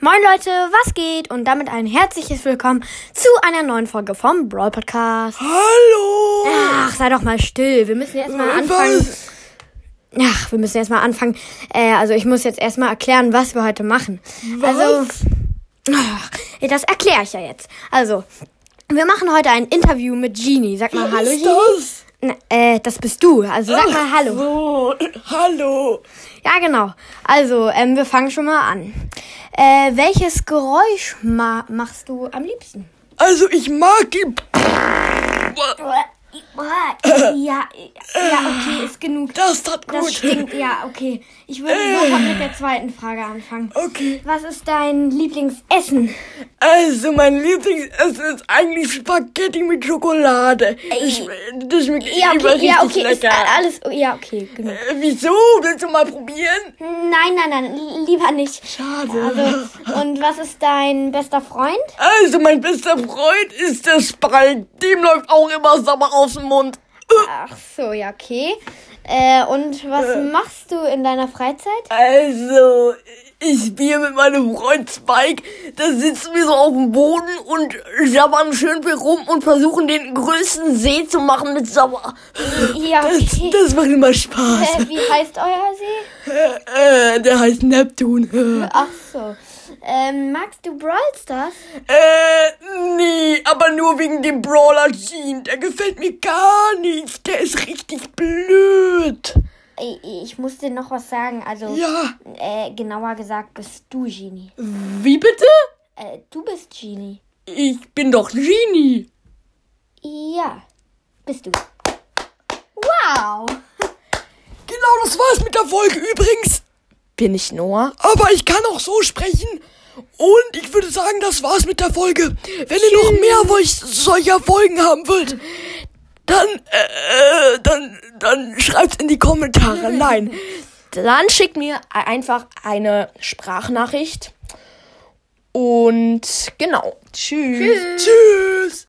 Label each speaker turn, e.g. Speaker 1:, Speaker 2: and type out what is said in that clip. Speaker 1: Moin Leute, was geht? Und damit ein herzliches Willkommen zu einer neuen Folge vom Brawl Podcast.
Speaker 2: Hallo!
Speaker 1: Ach, sei doch mal still. Wir müssen erstmal
Speaker 2: Äh,
Speaker 1: anfangen.
Speaker 2: was?
Speaker 1: Ach, wir müssen erstmal anfangen. Äh, also ich muss jetzt erstmal erklären, was wir heute machen. Also, ach, das erkläre ich ja jetzt. Also, wir machen heute ein Interview mit Genie. Sag mal Hallo,
Speaker 2: ist
Speaker 1: Genie.
Speaker 2: das?
Speaker 1: Na, äh, das bist du. Also sag mal Hallo.
Speaker 2: So, hallo!
Speaker 1: Ja, genau. Also, ähm, wir fangen schon mal an. Äh, welches Geräusch ma machst du am liebsten?
Speaker 2: Also ich mag die...
Speaker 1: Ja, ja, okay, ist genug.
Speaker 2: Das tat
Speaker 1: Das
Speaker 2: gut.
Speaker 1: stinkt, ja, okay. Ich würde sofort mit der zweiten Frage anfangen.
Speaker 2: Okay.
Speaker 1: Was ist dein Lieblingsessen?
Speaker 2: Also mein Lieblingsessen ist eigentlich Spaghetti mit Schokolade. Ich, das schmeckt
Speaker 1: Ja,
Speaker 2: immer
Speaker 1: okay,
Speaker 2: richtig
Speaker 1: ja, okay, ist
Speaker 2: lecker.
Speaker 1: a- alles, ja, okay, genug.
Speaker 2: Äh, Wieso? Willst du mal probieren?
Speaker 1: Nein, nein, nein, li- lieber nicht.
Speaker 2: Schade.
Speaker 1: Also, und was ist dein bester Freund?
Speaker 2: Also mein bester Freund ist der Sprite. Dem läuft auch immer Sommer aus dem Mund.
Speaker 1: Ach so, ja, okay. Äh, und was machst du in deiner Freizeit?
Speaker 2: Also, ich spiele mit meinem Freund Spike. Da sitzen wir so auf dem Boden und jammern schön viel rum und versuchen den größten See zu machen mit Sauer.
Speaker 1: Ja,
Speaker 2: Das,
Speaker 1: okay.
Speaker 2: das macht immer Spaß.
Speaker 1: Äh, wie heißt euer See?
Speaker 2: Äh, der heißt Neptun.
Speaker 1: Ach so. Ähm, magst du Brawl Stars?
Speaker 2: Äh, nee, aber nur wegen dem Brawler Jean. Der gefällt mir gar nicht. Der ist richtig blöd.
Speaker 1: I- i- Ich muss dir noch was sagen. Also,
Speaker 2: Ja,
Speaker 1: äh, genauer gesagt, bist du Genie.
Speaker 2: wie bitte?
Speaker 1: Äh, du bist Genie.
Speaker 2: Ich bin doch Genie.
Speaker 1: Ja, bist du. Wow!
Speaker 2: Genau, das war's mit der Folge übrigens. Bin ich Noah? Aber ich kann auch so sprechen. Und ich würde sagen, das war's mit der Folge. Wenn ihr noch mehr wolch- solcher Folgen haben wollt, dann, äh, äh, dann, dann schreibt's in die Kommentare. Nein.
Speaker 3: dann schickt mir einfach eine Sprachnachricht. Und genau. Tschüss.
Speaker 2: Tschüss.